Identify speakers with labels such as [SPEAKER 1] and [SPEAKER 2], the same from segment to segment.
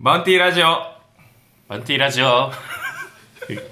[SPEAKER 1] バンティーラジオ
[SPEAKER 2] バンティラジオ。
[SPEAKER 1] え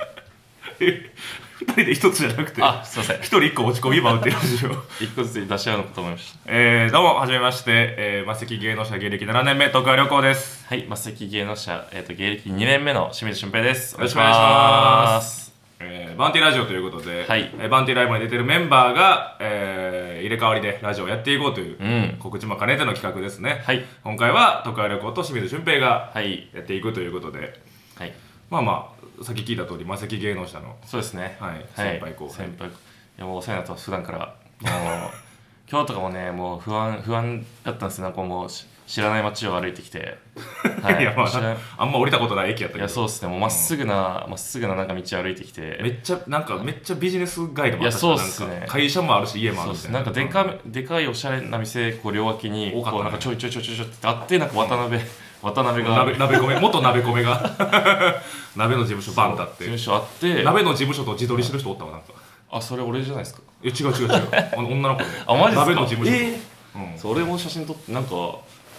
[SPEAKER 1] 二人で一つじゃなくて
[SPEAKER 2] あ、すいません。
[SPEAKER 1] 一人一個落ち込みバンティーラジオ
[SPEAKER 2] 一個ずつ出し合うのかと思いまし
[SPEAKER 1] えー、どうもはじめまして、えー、マセキ芸能者芸歴7年目徳川旅行です
[SPEAKER 2] た。はい、マセキ芸能者、えっ、と、芸歴2年目の清水俊平です。お。
[SPEAKER 1] よろしくお願いしますえー、バンティーラジオということで、
[SPEAKER 2] はい
[SPEAKER 1] えーバンティーライブに出てるメンバーが、えー、入れ替わりでラジオをやっていこうといううん告知も兼ねての企画ですね、
[SPEAKER 2] はい
[SPEAKER 1] 今回は徳川旅行と清水俊平が
[SPEAKER 2] はい。
[SPEAKER 1] やっていくということで
[SPEAKER 2] はい。
[SPEAKER 1] まあまあさっき聞いた通りマセキ芸能者の
[SPEAKER 2] そうですね。
[SPEAKER 1] はい先輩後輩
[SPEAKER 2] 先輩いや、もうお世話になった普段から。もう、 今日とかもね、もう不安、不安だったんですよ。なんかもう、し知らない街を歩いてきて。 はい
[SPEAKER 1] やま
[SPEAKER 2] 知ら
[SPEAKER 1] あ
[SPEAKER 2] ん、
[SPEAKER 1] あんま降りたことない駅やった
[SPEAKER 2] い
[SPEAKER 1] け
[SPEAKER 2] や、
[SPEAKER 1] ど
[SPEAKER 2] そうですね。もう、まっすぐな、まっすぐななんか道を歩いてきて。
[SPEAKER 1] めっちゃなんかめっちゃビジネス街でもあったし
[SPEAKER 2] いやそうっすね
[SPEAKER 1] なんか会社もあるし家もあ
[SPEAKER 2] そ
[SPEAKER 1] る
[SPEAKER 2] う
[SPEAKER 1] み
[SPEAKER 2] です
[SPEAKER 1] たい
[SPEAKER 2] ね、なんかで
[SPEAKER 1] う
[SPEAKER 2] かでかいおしゃれな店こう両脇に
[SPEAKER 1] 多かったね
[SPEAKER 2] こうなんかちょいちょいちょいちょいちょいってあってなんか渡辺、渡辺が
[SPEAKER 1] 鍋鍋米元鍋米が 鍋の事務所バンだっ
[SPEAKER 2] 事務
[SPEAKER 1] て
[SPEAKER 2] 所あって
[SPEAKER 1] 鍋の事務所と自撮りしてる人おったわなんか
[SPEAKER 2] あそれ俺じゃないですか
[SPEAKER 1] いや違う違う違うあの女の子で
[SPEAKER 2] あマジですか
[SPEAKER 1] 鍋の事務所、
[SPEAKER 2] え
[SPEAKER 1] うん
[SPEAKER 2] それも写真撮ってなんか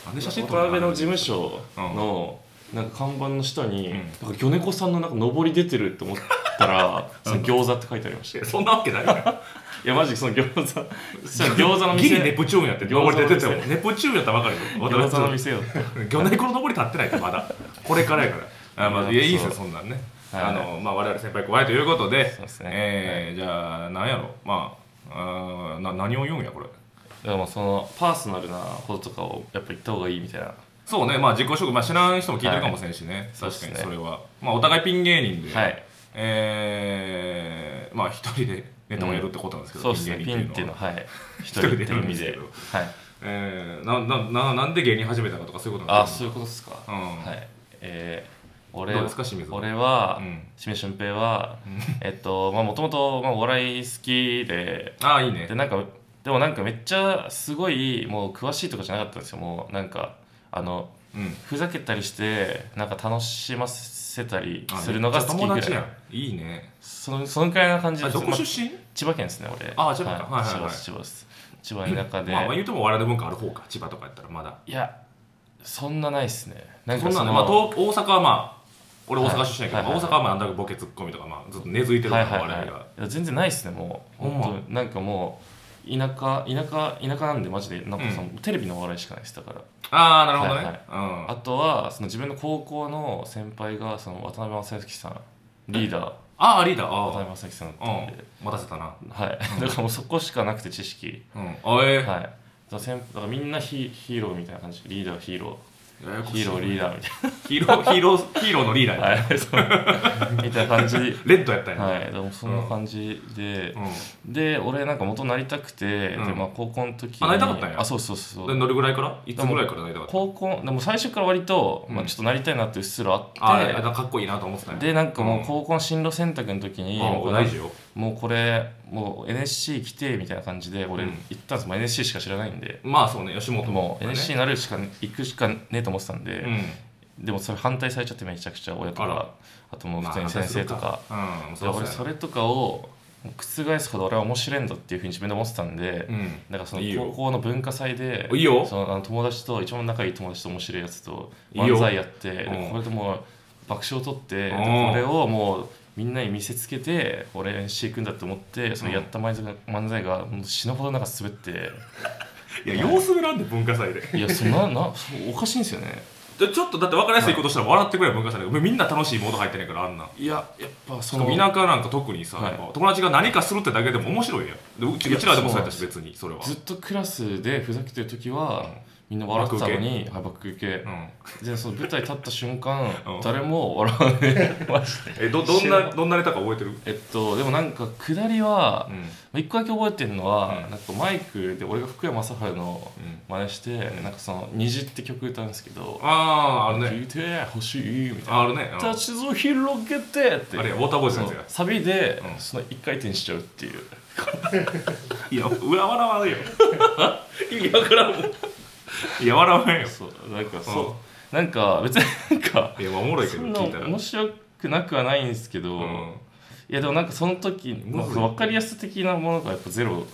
[SPEAKER 2] 渡
[SPEAKER 1] なんで写真撮る
[SPEAKER 2] 辺の事務所のなんか看板の下に、
[SPEAKER 1] うん
[SPEAKER 2] なんか魚猫さんのなんか上り出てるって思った らその餃子って書いてありましたい
[SPEAKER 1] 所そんなわけないから
[SPEAKER 2] やマジ その餃子そしたら餃子の
[SPEAKER 1] ギリ
[SPEAKER 2] 店
[SPEAKER 1] ネプチューンやって
[SPEAKER 2] 餃子の
[SPEAKER 1] 俺
[SPEAKER 2] 店
[SPEAKER 1] 出てたよネプチューンやったらわかるよ
[SPEAKER 2] 餃子の店だった
[SPEAKER 1] 魚猫の上り立ってないからまだこれからや からあまあいやいいですよ
[SPEAKER 2] そ
[SPEAKER 1] そんなんね、
[SPEAKER 2] はい
[SPEAKER 1] あのまあ我々先輩怖いということで
[SPEAKER 2] そうですね
[SPEAKER 1] えーじゃあなんやろまああーな何を言うんやこれ
[SPEAKER 2] だからもうそのパーソナルなこととかをやっぱ言った方がいいみたいな
[SPEAKER 1] そうねまあ自己紹介、まあ、知らん人も聞いてるかもしれんしね、
[SPEAKER 2] はい
[SPEAKER 1] 確かに
[SPEAKER 2] そうです
[SPEAKER 1] そ
[SPEAKER 2] ね
[SPEAKER 1] れは、まあお互いピン芸人で、
[SPEAKER 2] はい
[SPEAKER 1] えーまあ一人でネタをやるってことなんですけど、
[SPEAKER 2] そうですね、ピンっていうのは、はい、一人
[SPEAKER 1] 人
[SPEAKER 2] で
[SPEAKER 1] で
[SPEAKER 2] や
[SPEAKER 1] やる
[SPEAKER 2] る
[SPEAKER 1] んで
[SPEAKER 2] んです
[SPEAKER 1] け
[SPEAKER 2] で
[SPEAKER 1] ど、
[SPEAKER 2] はい、
[SPEAKER 1] えー、ななななんで芸人始めたかとかそういうことなん
[SPEAKER 2] あ、
[SPEAKER 1] です
[SPEAKER 2] そういうことですか。
[SPEAKER 1] うん
[SPEAKER 2] はい、えー、俺
[SPEAKER 1] どうですか清水さん
[SPEAKER 2] 俺は、
[SPEAKER 1] うん
[SPEAKER 2] 清水俊平は、えっと、まあ、もともと、まあ、お笑い好きで、
[SPEAKER 1] ああいいね
[SPEAKER 2] で、なんか、でも、なんか、めっちゃ、すごい、もう、詳しいとかじゃなかったんですよ。もう、なんか、あの、
[SPEAKER 1] うん
[SPEAKER 2] ふざけたりして、なんか、楽しませたり
[SPEAKER 1] あ
[SPEAKER 2] するのが好きぐ
[SPEAKER 1] め
[SPEAKER 2] ら
[SPEAKER 1] っちゃ友達や
[SPEAKER 2] い。
[SPEAKER 1] んいいね
[SPEAKER 2] その、そのくらいな感じ
[SPEAKER 1] あ
[SPEAKER 2] です。
[SPEAKER 1] どこ
[SPEAKER 2] まあ
[SPEAKER 1] 出身、
[SPEAKER 2] 千葉県ですね、俺。
[SPEAKER 1] あ千葉かはいはいはい
[SPEAKER 2] 千葉です、千葉です。千葉田舎で。
[SPEAKER 1] まあ、まあ言うても我々文化ある方か千葉とかやったらまだ
[SPEAKER 2] いやそんなないっすねなん
[SPEAKER 1] そ
[SPEAKER 2] か
[SPEAKER 1] んな
[SPEAKER 2] そ
[SPEAKER 1] んで
[SPEAKER 2] の
[SPEAKER 1] まあ、東大阪はまあ俺大阪出身やけど、
[SPEAKER 2] はいはいはい
[SPEAKER 1] 大阪はまああんだけボケツッコミとか、まあ、ずっと根付いてるか
[SPEAKER 2] はい
[SPEAKER 1] ら、
[SPEAKER 2] はいはい
[SPEAKER 1] 我々が
[SPEAKER 2] いや全然ないっすねもう
[SPEAKER 1] ほんま
[SPEAKER 2] 本当なんかもう田舎田舎田舎なんでマジでなんかその、テレビのお笑いしかないですだから
[SPEAKER 1] ああなるほどね、
[SPEAKER 2] はい
[SPEAKER 1] うん
[SPEAKER 2] あとはその自分の高校の先輩がその渡辺正行さんリーダー
[SPEAKER 1] ああリーダー
[SPEAKER 2] 渡
[SPEAKER 1] あ
[SPEAKER 2] 辺正行さんだった
[SPEAKER 1] あ
[SPEAKER 2] んで、
[SPEAKER 1] うん待たせたな
[SPEAKER 2] はい だからもうそこしかなくて知識
[SPEAKER 1] うんあえー
[SPEAKER 2] はいだから先だからみんなヒヒーローみたいな感じリーダーヒーロ
[SPEAKER 1] やや
[SPEAKER 2] ー
[SPEAKER 1] こ
[SPEAKER 2] ヒ
[SPEAKER 1] しい
[SPEAKER 2] ーローリーダーみたい
[SPEAKER 1] ヒーローヒーローヒーローのリーダーや
[SPEAKER 2] な、はい、そうみたいな感 じはい
[SPEAKER 1] レッドやったんやね、
[SPEAKER 2] でもそんな感じで、
[SPEAKER 1] うん
[SPEAKER 2] で俺なんか元なりたくて、
[SPEAKER 1] うん
[SPEAKER 2] でまあ、高校の時に
[SPEAKER 1] あなりたかったんや
[SPEAKER 2] あそうそうそう
[SPEAKER 1] でどれぐらいからいつぐらいからなりたかった
[SPEAKER 2] 高校でも最初から割と、ま
[SPEAKER 1] う
[SPEAKER 2] あ、
[SPEAKER 1] ん
[SPEAKER 2] ちょっとなりたいなってうっすらあって、
[SPEAKER 1] あーあかっこいいなと思ってたんや
[SPEAKER 2] でなんかもううん高校の進路選択の時に、
[SPEAKER 1] あ
[SPEAKER 2] もう
[SPEAKER 1] 大事よ
[SPEAKER 2] もうこれもう NSC 来てみたいな感じで俺
[SPEAKER 1] うん
[SPEAKER 2] 行ったんです、もう NSC しか知らないんで、
[SPEAKER 1] まあそうね吉本
[SPEAKER 2] もう
[SPEAKER 1] ね
[SPEAKER 2] NSC になるしか行くしかねえと思ってたんで、
[SPEAKER 1] うん
[SPEAKER 2] でもそれ反対されちゃってめちゃくちゃ親とか
[SPEAKER 1] あ
[SPEAKER 2] あ
[SPEAKER 1] ら
[SPEAKER 2] ともう普通に先生とか,、、
[SPEAKER 1] まあうん
[SPEAKER 2] で俺そ
[SPEAKER 1] れ
[SPEAKER 2] れとかを覆すほど俺は面白いんだっていうふうに自分で思ってたんで、
[SPEAKER 1] うん
[SPEAKER 2] なんかそ
[SPEAKER 1] いいよ
[SPEAKER 2] の高校の文化祭で
[SPEAKER 1] いいよ
[SPEAKER 2] そのあの友達と一番仲いい友達と面白いやつと
[SPEAKER 1] いいよ
[SPEAKER 2] 漫才やってで
[SPEAKER 1] うん
[SPEAKER 2] これでもう爆笑を取ってで
[SPEAKER 1] うん
[SPEAKER 2] これをもうみんなに見せつけて俺 NC 行くんだって思ってそのやった漫才が漫才がもう死ぬほどなんか滑って
[SPEAKER 1] いや様子見らんで文化祭で
[SPEAKER 2] いや そんななそうおかしいんですよね
[SPEAKER 1] でちょっとだって分かりやすいことしたら笑ってくれよ文化祭でみんな楽しいモード入ってないからあんない
[SPEAKER 2] ややっぱ
[SPEAKER 1] し
[SPEAKER 2] そ
[SPEAKER 1] か
[SPEAKER 2] の
[SPEAKER 1] も田舎なんか特にさ、
[SPEAKER 2] は
[SPEAKER 1] や
[SPEAKER 2] い
[SPEAKER 1] っぱ友達が何かするってだけでも面白いやんでうち
[SPEAKER 2] いや
[SPEAKER 1] うちらでもそうやったし
[SPEAKER 2] そう
[SPEAKER 1] 別にそれは
[SPEAKER 2] ずっとクラスでふざけてる時は、みんな笑ってたのにはいバック受け、
[SPEAKER 1] うん、
[SPEAKER 2] でその舞台立った瞬間、
[SPEAKER 1] うん
[SPEAKER 2] 誰も笑わないマジで
[SPEAKER 1] えどどんなどんなネタか覚えてる、
[SPEAKER 2] えっとでもなんか下りは
[SPEAKER 1] うん
[SPEAKER 2] 一個だけ覚えてるのは、
[SPEAKER 1] うん
[SPEAKER 2] なんかマイクで俺が福山雅治の
[SPEAKER 1] うん
[SPEAKER 2] 真似して、なんかその「虹」って曲歌うんですけど
[SPEAKER 1] あああ
[SPEAKER 2] 「
[SPEAKER 1] るね
[SPEAKER 2] 聞いてほしい」みたいな
[SPEAKER 1] あるね
[SPEAKER 2] 「
[SPEAKER 1] うんあ
[SPEAKER 2] 立ちを広げて」って
[SPEAKER 1] れやウォーターボーイズ
[SPEAKER 2] そ
[SPEAKER 1] のや
[SPEAKER 2] の
[SPEAKER 1] つや
[SPEAKER 2] サビで、
[SPEAKER 1] うん
[SPEAKER 2] その一回転しちゃうっていう
[SPEAKER 1] いや裏笑わないよ意味わからんもん いや笑わないよ
[SPEAKER 2] そうなんかそう、なんか別になんか
[SPEAKER 1] いやおもろいけ
[SPEAKER 2] そ
[SPEAKER 1] ど
[SPEAKER 2] んな
[SPEAKER 1] 聞いたら
[SPEAKER 2] 面白くなくはないんですけど、
[SPEAKER 1] うん
[SPEAKER 2] いやでもなんかその時
[SPEAKER 1] むずい
[SPEAKER 2] 分かりやすさ的なものがやっぱゼロ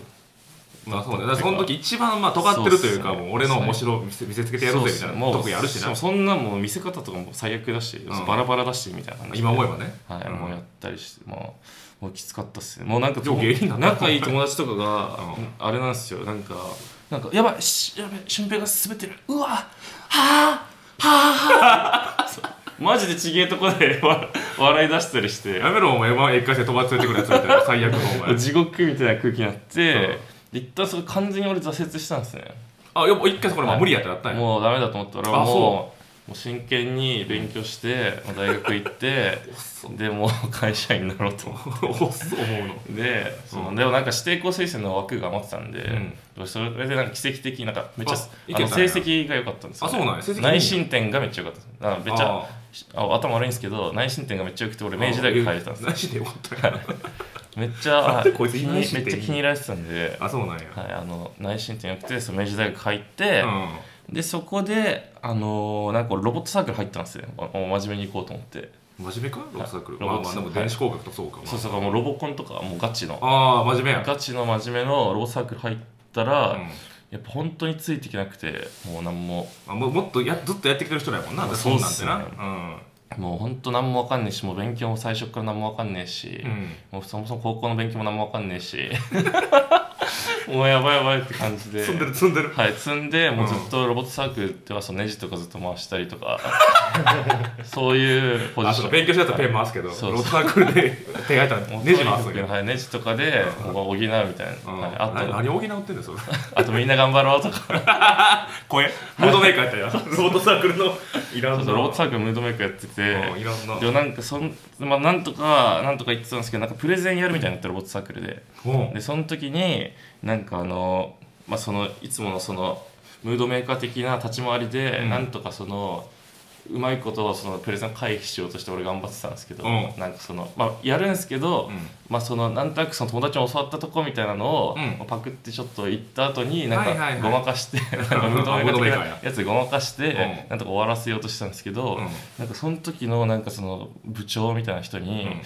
[SPEAKER 1] まあそうね、だからその時一番まあ尖ってるというか
[SPEAKER 2] そうっす
[SPEAKER 1] も
[SPEAKER 2] ね
[SPEAKER 1] う俺の面白を見せ見せつけてやるぜみたいなとこやるし
[SPEAKER 2] も
[SPEAKER 1] な
[SPEAKER 2] うそんなもう見せ方とかも最悪だし、
[SPEAKER 1] ん
[SPEAKER 2] バラバラだしみたいな感じで
[SPEAKER 1] 今思えばね
[SPEAKER 2] はい、
[SPEAKER 1] うん
[SPEAKER 2] もうやったりして、まあ、もうきつかったっすね。もうなんか
[SPEAKER 1] でも芸人なんだ
[SPEAKER 2] 仲いい友達とかが、
[SPEAKER 1] うん
[SPEAKER 2] あれなんですよ、なんか、なんか、やばい、しやばい、俊平が滑ってる、うわはあはあはあ そうマジでちげえとこでわ笑い出したりして、
[SPEAKER 1] やめろお前 M−1 一回戦飛ば連れてくるや つみたいな最悪のお前
[SPEAKER 2] 地獄みたいな空気になって、で一旦それ完全に俺挫折したんですね。
[SPEAKER 1] あやっぱ一回そこでまあ無理やってなったんや
[SPEAKER 2] もうダメだと思ったら
[SPEAKER 1] あ
[SPEAKER 2] もう
[SPEAKER 1] そう
[SPEAKER 2] もう真剣に勉強して、まあ大学行って でもう会社員になろうと思って
[SPEAKER 1] おっそう思うの
[SPEAKER 2] でそう、
[SPEAKER 1] う
[SPEAKER 2] でもなんか指定校推薦の枠が余ってたんで、それでなんか奇跡的になんかめっちゃ
[SPEAKER 1] あい
[SPEAKER 2] あ
[SPEAKER 1] け
[SPEAKER 2] の
[SPEAKER 1] たんや
[SPEAKER 2] 成績が良かったんですよ、
[SPEAKER 1] あそうなんや成績いいんや
[SPEAKER 2] 内申点がめっちゃ良かったんですよだからめっちゃ
[SPEAKER 1] あ
[SPEAKER 2] あ頭悪いんですけど内申点がめっちゃ良くて俺明治大学入れたんですよ
[SPEAKER 1] マジでよかったよ
[SPEAKER 2] めっちゃ
[SPEAKER 1] なんでこいつ
[SPEAKER 2] 気に
[SPEAKER 1] 内申点いい
[SPEAKER 2] めっちゃ気に入られてたんで、
[SPEAKER 1] あそうなんや
[SPEAKER 2] はい、あの内申点良くてそう明治大学入って、
[SPEAKER 1] うん
[SPEAKER 2] でそこであのーなんかロボットサークル入ったんですよおお真面目に行こうと思って
[SPEAKER 1] 真面目かロックサークル
[SPEAKER 2] はい
[SPEAKER 1] まあ
[SPEAKER 2] ロボ
[SPEAKER 1] ま
[SPEAKER 2] ッ
[SPEAKER 1] あ
[SPEAKER 2] ク
[SPEAKER 1] で
[SPEAKER 2] サー
[SPEAKER 1] も
[SPEAKER 2] クル
[SPEAKER 1] 電子工学とそうか
[SPEAKER 2] そうそうもうロボコンとかもうガチの
[SPEAKER 1] ああ真面目や
[SPEAKER 2] ガチの真面目のロボットサークル入ったら、
[SPEAKER 1] うん
[SPEAKER 2] やっぱ本当についていけなくてもう何も
[SPEAKER 1] あもうもっとやずっとやってきてる人だもんな
[SPEAKER 2] まあ
[SPEAKER 1] そんなんてな
[SPEAKER 2] そうっす
[SPEAKER 1] うん
[SPEAKER 2] もう本当何もわかんねえしもう勉強も最初から何もわかんねえし、
[SPEAKER 1] うん
[SPEAKER 2] もうそもそも高校の勉強も何もわかんねえし もうやばいやばいって感じで
[SPEAKER 1] 積んでる積んでる
[SPEAKER 2] はい積んでもうずっとロボットサークルではそのネジとかずっと回したり とかそういうポジ
[SPEAKER 1] あ
[SPEAKER 2] シ
[SPEAKER 1] そう
[SPEAKER 2] ョン
[SPEAKER 1] 勉強してたらペン回すけどロ
[SPEAKER 2] そうそう
[SPEAKER 1] ックサークルで手がいたら ネジ回すんや
[SPEAKER 2] はい、ネジとかで補うみたいな、
[SPEAKER 1] うん
[SPEAKER 2] はい
[SPEAKER 1] な
[SPEAKER 2] あ
[SPEAKER 1] 何を補ってんだよそれ
[SPEAKER 2] とあとみんな頑張ろうとか
[SPEAKER 1] 声ムードメーカーやったやんロボットサークルのいらん
[SPEAKER 2] そ
[SPEAKER 1] な
[SPEAKER 2] うそうロボットサークルムードメイクやって
[SPEAKER 1] うんい
[SPEAKER 2] て
[SPEAKER 1] らんな
[SPEAKER 2] でもなんかそん、まあ、なんとかなんとか言ってたんですけどなんかプレゼンやるみたいになってロボットサークルで
[SPEAKER 1] うん
[SPEAKER 2] でその時になんかあの、まあ、そのいつものそのムードメーカー的な立ち回りで、
[SPEAKER 1] うん
[SPEAKER 2] なんとかそのうまいことそのプレゼン回避しようとして俺頑張ってたんですけど、
[SPEAKER 1] うん
[SPEAKER 2] なんかその、まあ、やるんですけど、
[SPEAKER 1] うん
[SPEAKER 2] まあそのなんとなくその友達に教わったとこみたいなのを、
[SPEAKER 1] うん
[SPEAKER 2] パクってちょっと行った後にな
[SPEAKER 1] は
[SPEAKER 2] ん
[SPEAKER 1] いはいは
[SPEAKER 2] か
[SPEAKER 1] い
[SPEAKER 2] ごまかして、 なんかムードメ
[SPEAKER 1] ムードメ
[SPEAKER 2] ー
[SPEAKER 1] ーカーや
[SPEAKER 2] カー的なやつでごまかして、
[SPEAKER 1] うん
[SPEAKER 2] なんとか終わらせようとしてたんですけど、
[SPEAKER 1] うん
[SPEAKER 2] なんかその時のなんかその部長みたいな人に
[SPEAKER 1] うん
[SPEAKER 2] 「なんか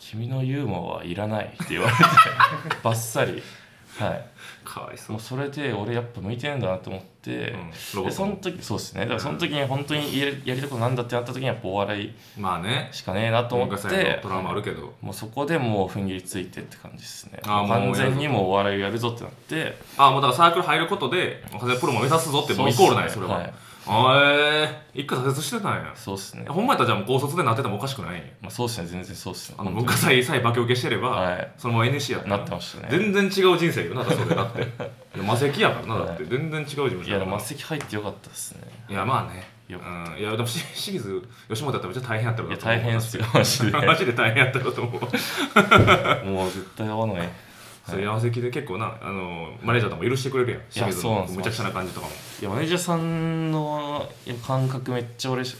[SPEAKER 2] 君のユーモアはいらない」って 言われてバッサリ。はい、
[SPEAKER 1] かわいそう
[SPEAKER 2] もうそれで俺やっぱ向いてんだなと思って、
[SPEAKER 1] うんロボット
[SPEAKER 2] でその時そうですねだからその時に本当にやりやりたくなんだってなった時にやっぱお笑い
[SPEAKER 1] まあね
[SPEAKER 2] しかねえなと
[SPEAKER 1] 文
[SPEAKER 2] 思
[SPEAKER 1] 化
[SPEAKER 2] って
[SPEAKER 1] 祭のトラウマあるけど
[SPEAKER 2] もうそこでもう踏ん切りついてって感じですね
[SPEAKER 1] あーもう
[SPEAKER 2] 完全にもうお笑いをやるぞってなって
[SPEAKER 1] あもうだからサークル入ることで風邪プロも目指すぞってもうイコールないそれは
[SPEAKER 2] はい
[SPEAKER 1] あえー一回挫折してたんや
[SPEAKER 2] そうっすね、
[SPEAKER 1] ほんまやったらじゃあもう高卒でなっててもおかしくないんや
[SPEAKER 2] まあ、そうっすね全然そうっすね
[SPEAKER 1] あの文化祭さえ化け受けしてれば
[SPEAKER 2] は
[SPEAKER 1] そのまま NSC やっ
[SPEAKER 2] い
[SPEAKER 1] た
[SPEAKER 2] な
[SPEAKER 1] ら
[SPEAKER 2] ってましたね
[SPEAKER 1] 全然違う人生よなだってそれだっていや魔石やからなだって全然違う事務
[SPEAKER 2] い
[SPEAKER 1] 所や
[SPEAKER 2] やで
[SPEAKER 1] から
[SPEAKER 2] も末席入ってよかったっすね
[SPEAKER 1] いやまあね
[SPEAKER 2] よ
[SPEAKER 1] うん、いやでもし清水吉本だったらめっちゃ大変やったろ
[SPEAKER 2] いうや
[SPEAKER 1] なと思う
[SPEAKER 2] 大変っすよマジ で
[SPEAKER 1] マジで大変やったろうと思う
[SPEAKER 2] もう絶対合わない
[SPEAKER 1] それ合わせきで結構なあのマネージャーとかも許してくれるやん清水
[SPEAKER 2] そうなん
[SPEAKER 1] の
[SPEAKER 2] ですよ
[SPEAKER 1] むちゃくちゃな感じとかも
[SPEAKER 2] いやマネージャーさんのいや感覚めっちゃ俺し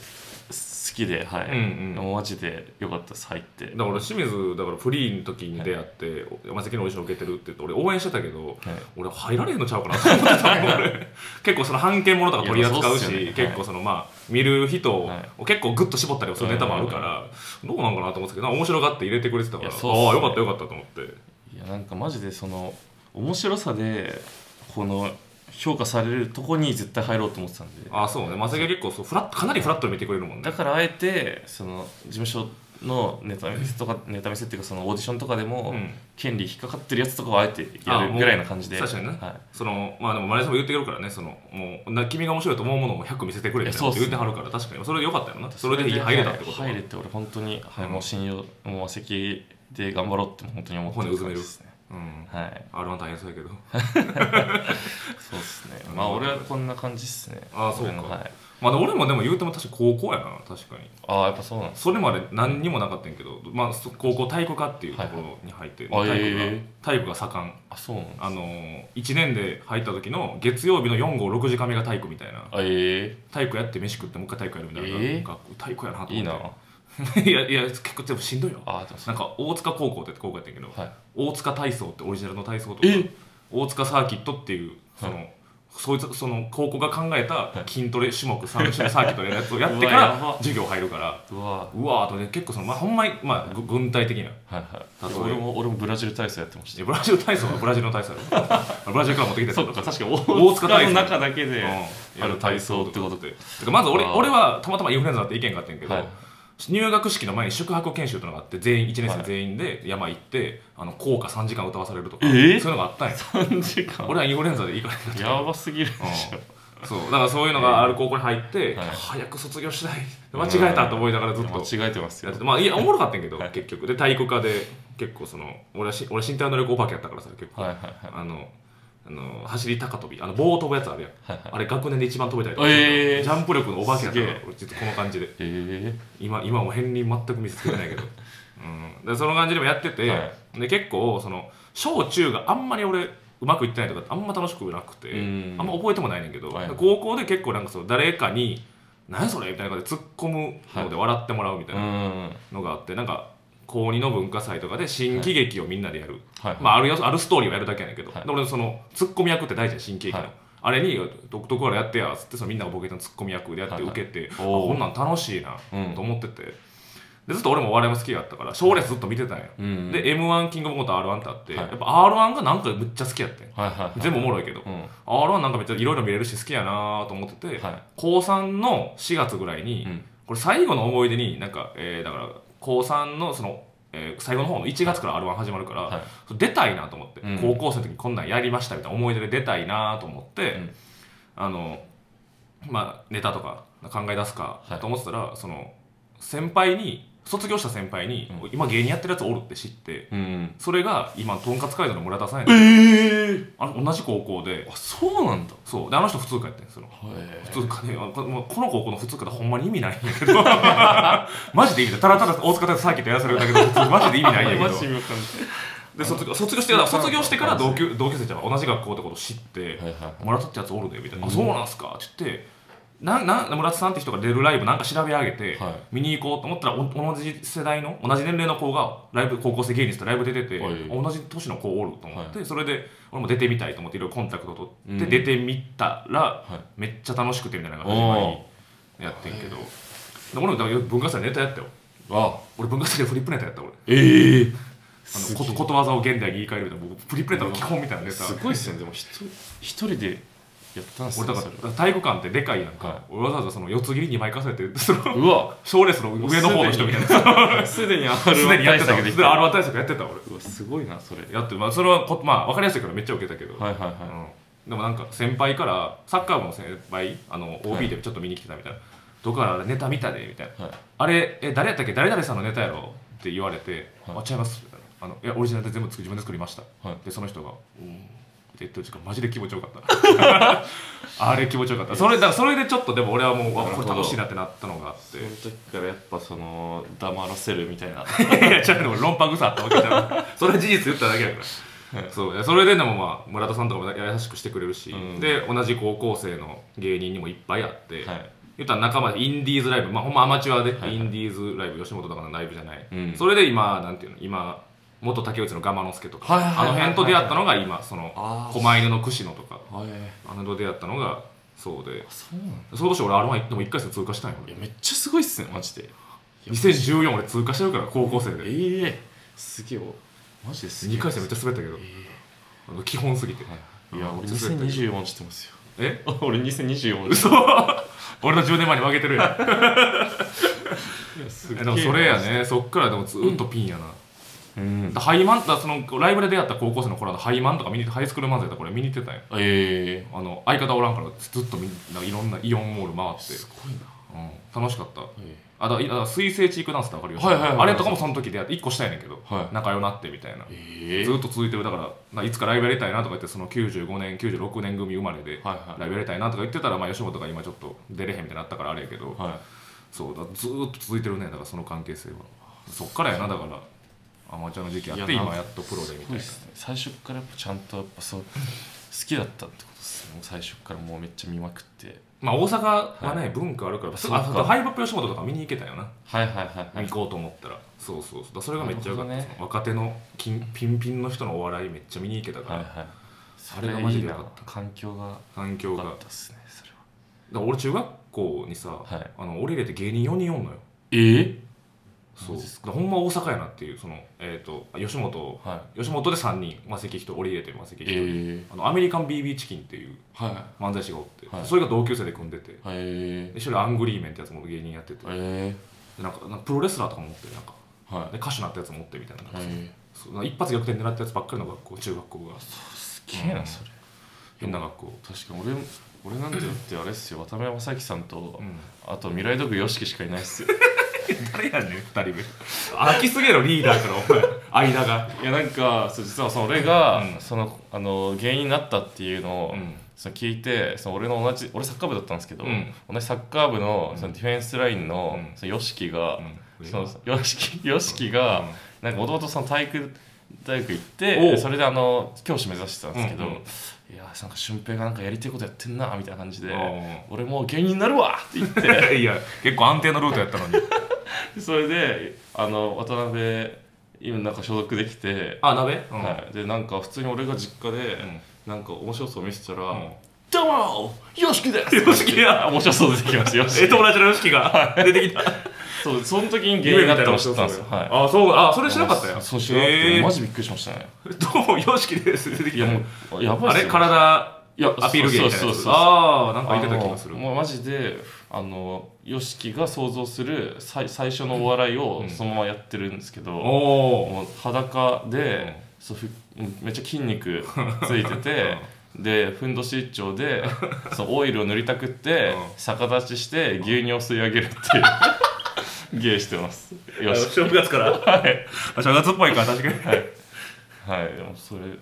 [SPEAKER 2] 好きではい、
[SPEAKER 1] うんうん
[SPEAKER 2] もうマジでよかったっす入って
[SPEAKER 1] だから俺清水だからフリーの時に出会って山崎のオーディション受けてるって言って俺応援してたけど、俺入られへんのちゃうかなと思ってたもん俺結構その判件ものとか取り扱う
[SPEAKER 2] いやそうっす
[SPEAKER 1] し
[SPEAKER 2] よねはい
[SPEAKER 1] 結構そのまあ見る人を
[SPEAKER 2] は
[SPEAKER 1] 結構グッと絞ったりするネタもあるから、どうなんかなと思ってたけど面白がって入れてくれてたから、
[SPEAKER 2] いやそうっすね
[SPEAKER 1] ああよかったよかったと思って
[SPEAKER 2] いやなんかマジでその面白さでこの評価されるとこに絶対入ろうと思ってたんで
[SPEAKER 1] ああそうねマセキ結構そうフラットかなりフラットに見てくれるもんね
[SPEAKER 2] だからあえてその事務所のネタ見せとかネタ見せっていうかそのオーディションとかでも、
[SPEAKER 1] うん
[SPEAKER 2] 権利引っかかってるやつとかをあえてや
[SPEAKER 1] あ
[SPEAKER 2] る
[SPEAKER 1] もう
[SPEAKER 2] ぐらいな感じで
[SPEAKER 1] 確かにね
[SPEAKER 2] は、
[SPEAKER 1] そのまあでもマネージャーも言ってくるからねそのもうな君が面白いと思うものを100見せてくれみたいなこと言ってはるから確かにそれでよかったよないそれで入れたってこと
[SPEAKER 2] はい入れて俺本当に、はい、もう信用もう和席で頑張ろうって本当に思って
[SPEAKER 1] 骨うずめる
[SPEAKER 2] ですね
[SPEAKER 1] うん
[SPEAKER 2] はい
[SPEAKER 1] あれは大変そうやけど
[SPEAKER 2] そうです ねまあ俺はこんな感じですね
[SPEAKER 1] あそうか
[SPEAKER 2] 俺のはい、
[SPEAKER 1] まあでも俺もでも言うても確か高校やな確かに
[SPEAKER 2] ああやっぱそうなんです
[SPEAKER 1] それまで何にもなかったんやけど、まあ、そ高校体育科っていうところに入って、
[SPEAKER 2] はいはいあ
[SPEAKER 1] 体育が
[SPEAKER 2] ええ
[SPEAKER 1] 体育が盛ん
[SPEAKER 2] あそうなんです
[SPEAKER 1] あの1年で入った時の月曜日の4号6時間目が体育みたいな
[SPEAKER 2] あえ
[SPEAKER 1] 体育やって飯食ってもう一回体育やるみたいな、
[SPEAKER 2] ええ
[SPEAKER 1] 学校体育やなと思っ
[SPEAKER 2] え
[SPEAKER 1] て
[SPEAKER 2] いいな
[SPEAKER 1] いやいや結構全部しんどいよ
[SPEAKER 2] あでもそ
[SPEAKER 1] なんか大塚高校って高校やったんやけど、
[SPEAKER 2] はい
[SPEAKER 1] 大塚体操ってオリジナルの体操とか
[SPEAKER 2] え
[SPEAKER 1] 大塚サーキットっていうその、そいつその高校が考えた筋トレ種目3種のサーキットのやつをやってか
[SPEAKER 2] うわや
[SPEAKER 1] ら
[SPEAKER 2] ば
[SPEAKER 1] 授業入るから
[SPEAKER 2] うわ
[SPEAKER 1] うわーとね結構その、まあ、ほんまに、まあ、ぐ軍隊的な
[SPEAKER 2] はいはい
[SPEAKER 1] 例えば
[SPEAKER 2] 俺も俺もブラジル体操やってまし
[SPEAKER 1] いやブラジル体操はブラジルの体操や ろブラジルから持ってき
[SPEAKER 2] た
[SPEAKER 1] た
[SPEAKER 2] そ
[SPEAKER 1] や
[SPEAKER 2] っ
[SPEAKER 1] つ
[SPEAKER 2] か
[SPEAKER 1] やろ
[SPEAKER 2] 確か
[SPEAKER 1] 大
[SPEAKER 2] 大
[SPEAKER 1] 塚体
[SPEAKER 2] 塚
[SPEAKER 1] 操
[SPEAKER 2] の中だけで、
[SPEAKER 1] うん
[SPEAKER 2] あの体操ってことで
[SPEAKER 1] てかまず俺
[SPEAKER 2] あー
[SPEAKER 1] 俺はたまたまインフルエンザだって意見があってんけど、
[SPEAKER 2] はい
[SPEAKER 1] 入学式の前に宿泊研修というのがあって全員1年生全員で山行ってあの校歌3時間歌わされるとか、
[SPEAKER 2] えー
[SPEAKER 1] そういうのがあったんや
[SPEAKER 2] 3時間
[SPEAKER 1] 俺はインフルエンザでいいから
[SPEAKER 2] やばすぎ るでしょ、
[SPEAKER 1] そうだからそういうのがある高校に入って、
[SPEAKER 2] はい
[SPEAKER 1] 早く卒業したい間違えたと思いながらずっと
[SPEAKER 2] 間違えてます
[SPEAKER 1] や
[SPEAKER 2] よ
[SPEAKER 1] っててまあいやおもろかったんやけど、
[SPEAKER 2] はい
[SPEAKER 1] 結局で体育科で結構その俺はし俺身体能力お化けやったからさ結構、
[SPEAKER 2] はいはいは
[SPEAKER 1] あのあの走り高跳びあの棒を飛ぶやつあるやん、
[SPEAKER 2] いはい
[SPEAKER 1] あれ学年で一番飛べたりとか、
[SPEAKER 2] えー
[SPEAKER 1] ジャンプ力のお化けやったから
[SPEAKER 2] すげえ
[SPEAKER 1] 俺ちょっとこの感じで
[SPEAKER 2] え
[SPEAKER 1] 今今も片鱗全く見せつけてない けど、うん、でその感じでもやってて、
[SPEAKER 2] は
[SPEAKER 1] で結構その小中があんまり俺うまくいってないとかあんま楽しくなくて
[SPEAKER 2] うん
[SPEAKER 1] あんま覚えてもないねんけど、
[SPEAKER 2] はい
[SPEAKER 1] 高校で結構なんかその誰かに「何それ?」みたいな感じで突っ込むので笑ってもらうみた
[SPEAKER 2] え
[SPEAKER 1] いな
[SPEAKER 2] うん
[SPEAKER 1] のがあって、なんか高2の文化祭とかで新喜劇をみんなでやる、
[SPEAKER 2] はい
[SPEAKER 1] まあ、あるやつあるストーリーをやるだけやねんけど、
[SPEAKER 2] はい
[SPEAKER 1] で俺そのツッコミ役って大事やん新喜劇の、
[SPEAKER 2] はい
[SPEAKER 1] あれに「独特からやってや」っつってそのみんながボケたツッコミ役でやって
[SPEAKER 2] はいはい
[SPEAKER 1] 受けて、あ
[SPEAKER 2] おー
[SPEAKER 1] こんなん楽しいな
[SPEAKER 2] うん
[SPEAKER 1] と思ってて、でずっと俺もお笑いも好きだったから賞レースずっと見てたんや、
[SPEAKER 2] うん
[SPEAKER 1] で m 1キングオブコント r 1ってあって、
[SPEAKER 2] はい
[SPEAKER 1] やっぱ r 1がなんかめっちゃ好きやってん
[SPEAKER 2] はいはい
[SPEAKER 1] 全部おもろいけど、
[SPEAKER 2] うん
[SPEAKER 1] r 1なんかめっちゃいろいろ見れるし好きやなと思ってて、
[SPEAKER 2] はい
[SPEAKER 1] 高3の4月ぐらいに、
[SPEAKER 2] うん
[SPEAKER 1] これ最後の思い出になんか、えーだから高3のその、えー最後の方の1月から r 1始まるから、
[SPEAKER 2] はい
[SPEAKER 1] 出たいなと思って、
[SPEAKER 2] うん
[SPEAKER 1] 高校生の時にこんなんやりましたみたいな思い出で出たいなと思って、
[SPEAKER 2] うん
[SPEAKER 1] あのまあネタとか考え出すか
[SPEAKER 2] はい
[SPEAKER 1] と思ってたら、その先輩に卒業した先輩に、
[SPEAKER 2] う
[SPEAKER 1] 今芸人やってるやつおるって知って
[SPEAKER 2] うん
[SPEAKER 1] それが今とんかつ街道の村田さんやねん
[SPEAKER 2] ええ
[SPEAKER 1] あの同じ高校で
[SPEAKER 2] あそうなんだ
[SPEAKER 1] そうであの人普通科やってんその
[SPEAKER 2] へ
[SPEAKER 1] 普通科ねあこもうこの高校の普通科ってほんまに意味ないんやけ どマジで意味ないただただ大塚でサーキットやらされるだけど普通マジで意味ないんやけど
[SPEAKER 2] マジわかん
[SPEAKER 1] で卒業卒業してから卒業してから同級同級生ちゃんが同じ学校ってことを知って
[SPEAKER 2] ないはいは
[SPEAKER 1] 村田ってやつおるでみたいな「
[SPEAKER 2] う
[SPEAKER 1] あ
[SPEAKER 2] ん
[SPEAKER 1] そうなんすか」って言ってなな村田さんって人が出るライブなんか調べ上げて、
[SPEAKER 2] はい
[SPEAKER 1] 見に行こうと思ったらお同じ世代の同じ年齢の子がライブ高校生芸人とライブ出てて、
[SPEAKER 2] はい
[SPEAKER 1] 同じ年の子おると思って、
[SPEAKER 2] は
[SPEAKER 1] それで俺も出てみたいと思っていろいろコンタクト取って、
[SPEAKER 2] うん
[SPEAKER 1] 出てみたら、
[SPEAKER 2] はい
[SPEAKER 1] めっちゃ楽しくてみたいなのが始まりやってんけど、で俺もだから文化祭でネタやったよ
[SPEAKER 2] あ
[SPEAKER 1] 俺文化祭でフリップネタやった俺。
[SPEAKER 2] ええ
[SPEAKER 1] あ
[SPEAKER 2] す
[SPEAKER 1] の
[SPEAKER 2] ご
[SPEAKER 1] こ
[SPEAKER 2] い
[SPEAKER 1] とことわざを現代に言い換えるみたいな僕プリプレタの基本みたいなネタ
[SPEAKER 2] すごいっすねでもひと一人でやったんす
[SPEAKER 1] 俺
[SPEAKER 2] ね
[SPEAKER 1] だか
[SPEAKER 2] それ
[SPEAKER 1] ら体育館ってでかいやんか、
[SPEAKER 2] は
[SPEAKER 1] 俺わざわざその四つ切りに枚重ねてその
[SPEAKER 2] うわ
[SPEAKER 1] 賞レースの上の方の人みたいな
[SPEAKER 2] すでに r
[SPEAKER 1] すでにやってたすで
[SPEAKER 2] けでき
[SPEAKER 1] に
[SPEAKER 2] てる
[SPEAKER 1] R1 対策やってた俺
[SPEAKER 2] うわすごいなそれ
[SPEAKER 1] やってまあそれはこまあ分かりやすいからめっちゃウケたけど、
[SPEAKER 2] はいはい
[SPEAKER 1] うん
[SPEAKER 2] は
[SPEAKER 1] でもなんか先輩からサッカー部の先輩あの
[SPEAKER 2] は
[SPEAKER 1] OB
[SPEAKER 2] い
[SPEAKER 1] でちょっと見に来てたみたいな「どこからあれネタ見たで」みたいない
[SPEAKER 2] はい
[SPEAKER 1] 「あれえ誰やったっけ誰々さんのネタやろ?」って言われて「
[SPEAKER 2] はい
[SPEAKER 1] あちゃいます」みたいなあのいやオリジナルで全部作自分で作りました」
[SPEAKER 2] はい
[SPEAKER 1] でその人が「うん」って言ってる時間マジで気持ちよかった あれ気持ちよかったそれだからそれでちょっとでも俺はもう
[SPEAKER 2] な
[SPEAKER 1] わ
[SPEAKER 2] る
[SPEAKER 1] こ
[SPEAKER 2] ほど
[SPEAKER 1] れ楽しいなってなったのがあっ
[SPEAKER 2] その
[SPEAKER 1] て
[SPEAKER 2] 時からやっぱその黙らせるみたいない
[SPEAKER 1] や違うでも論破草あったわけじゃないそれは事実言っただけやから、
[SPEAKER 2] はい
[SPEAKER 1] そういやそれででもまあ村田さんとかも優しくしてくれるし、
[SPEAKER 2] うん
[SPEAKER 1] で同じ高校生の芸人にもいっぱいあって、
[SPEAKER 2] はい
[SPEAKER 1] 言ったら仲間でインディーズライブ、まあ、ほんまアマチュアで、
[SPEAKER 2] はいはい
[SPEAKER 1] インディーズライブ吉本とかのライブじゃない、
[SPEAKER 2] うん
[SPEAKER 1] それで今なんていうの今元竹内のガマの助とか、
[SPEAKER 2] はいはいはいはい
[SPEAKER 1] あの辺と出会ったのが今その
[SPEAKER 2] あー
[SPEAKER 1] 狛犬の串野とか
[SPEAKER 2] はい
[SPEAKER 1] あの辺と出会ったのがそうで
[SPEAKER 2] そうなんだ
[SPEAKER 1] その年俺 R−1 でも1回戦通過したんよ
[SPEAKER 2] い
[SPEAKER 1] 俺
[SPEAKER 2] やめっちゃすごいっすねマジで
[SPEAKER 1] 2014俺通過してるから高校生で
[SPEAKER 2] ええすげえわマジですげえ
[SPEAKER 1] 2回戦めっちゃ滑ったけどあの基本すぎて
[SPEAKER 2] いや俺2024してますよ
[SPEAKER 1] え
[SPEAKER 2] 俺2024
[SPEAKER 1] 嘘俺の10年前に負けてるやん
[SPEAKER 2] す
[SPEAKER 1] えでもそれやねそっからでもずっとピンやな、
[SPEAKER 2] うん
[SPEAKER 1] だハイマンだそのライブで出会った高校生の頃のハイマンとか見にハイスクール漫才とかこれ見に行ってたんよ
[SPEAKER 2] ええ
[SPEAKER 1] あの相方おらんからずっとみんないろんなイオンモール回って
[SPEAKER 2] す、ごいな
[SPEAKER 1] うん、楽しかったあだから水星チークダンスってわかるよ、
[SPEAKER 2] はいはいはい
[SPEAKER 1] あれとかもその時出会って1個したいねんけど、
[SPEAKER 2] はい
[SPEAKER 1] 仲良なってみたいな、
[SPEAKER 2] ええ
[SPEAKER 1] ずっと続いてるだからないつかライブやりたいなとか言ってその95年96年組生まれで、
[SPEAKER 2] はい
[SPEAKER 1] ラ
[SPEAKER 2] は
[SPEAKER 1] イブやりたいなとか言ってたら、まあ、吉本が今ちょっと出れへんみたいになったからあれやけど、
[SPEAKER 2] いは
[SPEAKER 1] そうだずーっと続いてるねだからその関係性はそっからやなだからアマチュアの時期やって
[SPEAKER 2] いや
[SPEAKER 1] 今やっとプロでみたい
[SPEAKER 2] いすごい
[SPEAKER 1] な
[SPEAKER 2] っすね最初からやっぱちゃんとやっぱそう好きだったってことですねもう最初からもうめっちゃ見まくって
[SPEAKER 1] まあ大阪はね、
[SPEAKER 2] は
[SPEAKER 1] 文化あるから
[SPEAKER 2] そうか
[SPEAKER 1] あとハイパップ吉本とか見に行けたよな
[SPEAKER 2] はいはいはいはい
[SPEAKER 1] 行こうと思ったらそうそうそうだからそれがめっちゃ良かった、
[SPEAKER 2] なるほどね
[SPEAKER 1] 若手の金ピンピンの人のお笑いめっちゃ見に行けたから、
[SPEAKER 2] はいはいあれがマジでよかった環境が
[SPEAKER 1] 環境
[SPEAKER 2] 良
[SPEAKER 1] が
[SPEAKER 2] か
[SPEAKER 1] だ
[SPEAKER 2] っ
[SPEAKER 1] か
[SPEAKER 2] たっすねそれは
[SPEAKER 1] ら俺中学校にさ、
[SPEAKER 2] はい
[SPEAKER 1] あの俺入れて芸人4人おんのよ
[SPEAKER 2] え
[SPEAKER 1] そう
[SPEAKER 2] マ
[SPEAKER 1] だ
[SPEAKER 2] ジっす
[SPEAKER 1] からほんま大阪やなっていうその、えー、と吉本
[SPEAKER 2] はい
[SPEAKER 1] 吉本で3人マセキ人俺入れてマセキ
[SPEAKER 2] え
[SPEAKER 1] 人、あのアメリカン BB チキンっていう
[SPEAKER 2] は
[SPEAKER 1] 漫才師がおって、
[SPEAKER 2] はい
[SPEAKER 1] それが同級生で組んでてで
[SPEAKER 2] いはいえ
[SPEAKER 1] 一人アングリーメンってやつも芸人やってて、
[SPEAKER 2] え
[SPEAKER 1] でなんかなんかプロレスラーとかもおってなんか
[SPEAKER 2] は
[SPEAKER 1] で歌手になったやつもおってみたいな,、
[SPEAKER 2] いはい
[SPEAKER 1] そうなんか一発逆転狙ったやつばっかりの学校中学校が
[SPEAKER 2] すげえなそれ
[SPEAKER 1] 変な学校、
[SPEAKER 2] 確かに俺も俺なんてだってあれっすよ渡辺正行さんと
[SPEAKER 1] うん
[SPEAKER 2] あと未来ドッグ y o しかいないっすよ
[SPEAKER 1] 誰やねん2人目飽きすぎやろリーダーからお前 間が
[SPEAKER 2] いやなんかそう実はその俺が、
[SPEAKER 1] うん
[SPEAKER 2] そのあの芸人になったっていうのを、
[SPEAKER 1] うん
[SPEAKER 2] その聞いてその俺の同じ俺サッカー部だったんですけど、
[SPEAKER 1] うん
[SPEAKER 2] 同じサッカー部のそのディフェンスラインの,、
[SPEAKER 1] うん
[SPEAKER 2] その YOSHIKI が、
[SPEAKER 1] うん
[SPEAKER 2] その YOSHIKI が、
[SPEAKER 1] うん
[SPEAKER 2] なんかもともとその体育大学行っ
[SPEAKER 1] お
[SPEAKER 2] て
[SPEAKER 1] う
[SPEAKER 2] それであの教師目指してたんですけど、
[SPEAKER 1] うんうん
[SPEAKER 2] いやーなんか俊平がなんかやりたいことやってんなみたいな感じで
[SPEAKER 1] あ
[SPEAKER 2] 俺もう芸人になるわって言って
[SPEAKER 1] ー いや結構安定のルートやったのに
[SPEAKER 2] でそれであの渡辺今なんか所属できて、
[SPEAKER 1] あ鍋うん、
[SPEAKER 2] はい、でなんか普通に俺が実家で、
[SPEAKER 1] ん
[SPEAKER 2] なんか面白そう見せたら
[SPEAKER 1] うん
[SPEAKER 2] 「どうもよしきです!」
[SPEAKER 1] よしきや
[SPEAKER 2] あ面白そう出てきましたよ
[SPEAKER 1] え
[SPEAKER 2] し
[SPEAKER 1] 友達の YOSHIKI が出てきた
[SPEAKER 2] そうその時に芸人になったの知ったんですよはい
[SPEAKER 1] あそうあそれ知らなかったよ
[SPEAKER 2] そう知らなくて、
[SPEAKER 1] えー
[SPEAKER 2] マジびっくりしましたね
[SPEAKER 1] どうも YOSHIKI です出て
[SPEAKER 2] い
[SPEAKER 1] き
[SPEAKER 2] や
[SPEAKER 1] た
[SPEAKER 2] もうやば
[SPEAKER 1] あ
[SPEAKER 2] いっす
[SPEAKER 1] れ
[SPEAKER 2] よ
[SPEAKER 1] 体
[SPEAKER 2] いや
[SPEAKER 1] アピール芸みたいな
[SPEAKER 2] そう
[SPEAKER 1] や
[SPEAKER 2] そ
[SPEAKER 1] つ
[SPEAKER 2] うそうそう
[SPEAKER 1] ああなんか
[SPEAKER 2] あ
[SPEAKER 1] 言ってた気がする
[SPEAKER 2] のもうマジであの YOSHIKI が想像する最最初のお笑いを
[SPEAKER 1] うん
[SPEAKER 2] そのままやってるんですけど、
[SPEAKER 1] おお
[SPEAKER 2] もう裸で、
[SPEAKER 1] うん
[SPEAKER 2] そうふめっちゃ筋 肉ついてて、でふんどし一丁でそうオイルを塗りたくって、
[SPEAKER 1] うん
[SPEAKER 2] 逆立ちして牛乳を吸い上げるって いう芸してますよし
[SPEAKER 1] 正月からはいあ正月っぽいから確かに
[SPEAKER 2] はいでもそれだか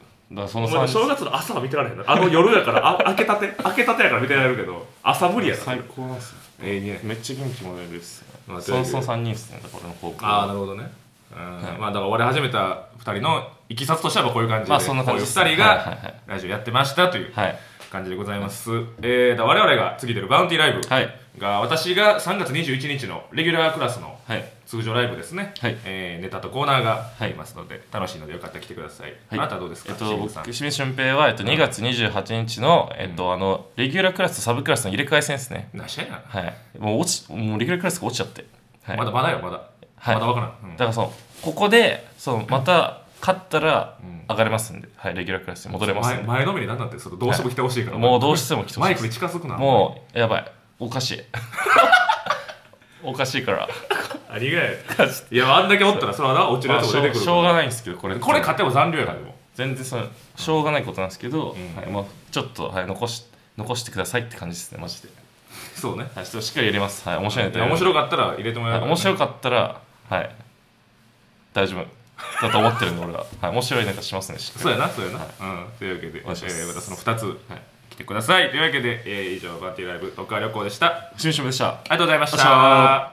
[SPEAKER 2] らそ
[SPEAKER 1] お
[SPEAKER 2] の
[SPEAKER 1] 前
[SPEAKER 2] 三
[SPEAKER 1] 正月の朝は見てられへんのあの夜やからあ明けたて明けたてやから見てられるけど朝無理やな
[SPEAKER 2] 最高なんですよ
[SPEAKER 1] ええね
[SPEAKER 2] めっちゃ元気もらえるっす
[SPEAKER 1] まあ
[SPEAKER 2] ねその
[SPEAKER 1] という
[SPEAKER 2] その3人っすねだから俺の高校
[SPEAKER 1] ああなるほどねうんまあだから我始めた2人のいきさつとしてはこういう感じで、
[SPEAKER 2] まあそんな感じです
[SPEAKER 1] こういう2人
[SPEAKER 2] はいはいは
[SPEAKER 1] が
[SPEAKER 2] い
[SPEAKER 1] ラジオやってましたという
[SPEAKER 2] はい
[SPEAKER 1] 感じでございます、えー、だから我々が次出るバウンティーライブが、
[SPEAKER 2] はい
[SPEAKER 1] 私が3月21日のレギュラークラスの
[SPEAKER 2] はい
[SPEAKER 1] 通常ライブですね、
[SPEAKER 2] はい
[SPEAKER 1] えーネタとコーナーがありますので、楽しいのでよかったら来てください、あなたはどうですか、
[SPEAKER 2] えっ
[SPEAKER 1] 清
[SPEAKER 2] と、
[SPEAKER 1] 水さん
[SPEAKER 2] 僕清水俊平は、えっと、2月28日の、えっと、あのレギュラークラスとサブクラスの入れ替え戦ですね
[SPEAKER 1] なしやな、
[SPEAKER 2] はいもう落ちもうレギュラークラスが落ちちゃって、はい、
[SPEAKER 1] まだまだよまだ、
[SPEAKER 2] はい
[SPEAKER 1] まだわからん、うん
[SPEAKER 2] だからそのここでそのまた勝ったら
[SPEAKER 1] うん
[SPEAKER 2] 上がれますんで、はい、レギュラークラスに戻れますん
[SPEAKER 1] 前
[SPEAKER 2] で、
[SPEAKER 1] 前のめりになんだってそれどうしても来てほしいから、
[SPEAKER 2] もうどうしても来てほ
[SPEAKER 1] マ
[SPEAKER 2] しい
[SPEAKER 1] イ
[SPEAKER 2] で
[SPEAKER 1] ク
[SPEAKER 2] す
[SPEAKER 1] に近づくな
[SPEAKER 2] もうやばいおかしい おかしいから
[SPEAKER 1] ありがやいやあんだけおったらそれはな落ちる
[SPEAKER 2] ま
[SPEAKER 1] や
[SPEAKER 2] あ
[SPEAKER 1] つ
[SPEAKER 2] し
[SPEAKER 1] も出て
[SPEAKER 2] ょう
[SPEAKER 1] くる
[SPEAKER 2] しょうがないんですけどこれ
[SPEAKER 1] これ勝てば残留やからでも
[SPEAKER 2] 全然そのしょうがないことなんですけど、
[SPEAKER 1] うん
[SPEAKER 2] はいまあ、ちょっと、はい、残し残してくださいって感じですねマジで、
[SPEAKER 1] そうね
[SPEAKER 2] はい、ちょっとしっかり入れます、はい、面白いネ
[SPEAKER 1] い
[SPEAKER 2] タ
[SPEAKER 1] や面
[SPEAKER 2] 入れ
[SPEAKER 1] 白かったら入れても
[SPEAKER 2] ま
[SPEAKER 1] らえる
[SPEAKER 2] す、はい、
[SPEAKER 1] ら
[SPEAKER 2] 面白かったらはい大丈夫だと思ってるんで俺は、はい、面白いネタしますねしっかり
[SPEAKER 1] そうやなそうやな、うんというわけで、え
[SPEAKER 2] お願いします
[SPEAKER 1] ーまたその2つ
[SPEAKER 2] はい
[SPEAKER 1] 来てくださいというわけで、えー以上バンティーライブ徳川旅行でしたあり
[SPEAKER 2] 清水俊平でした
[SPEAKER 1] がとうございまし
[SPEAKER 2] ありがとうございました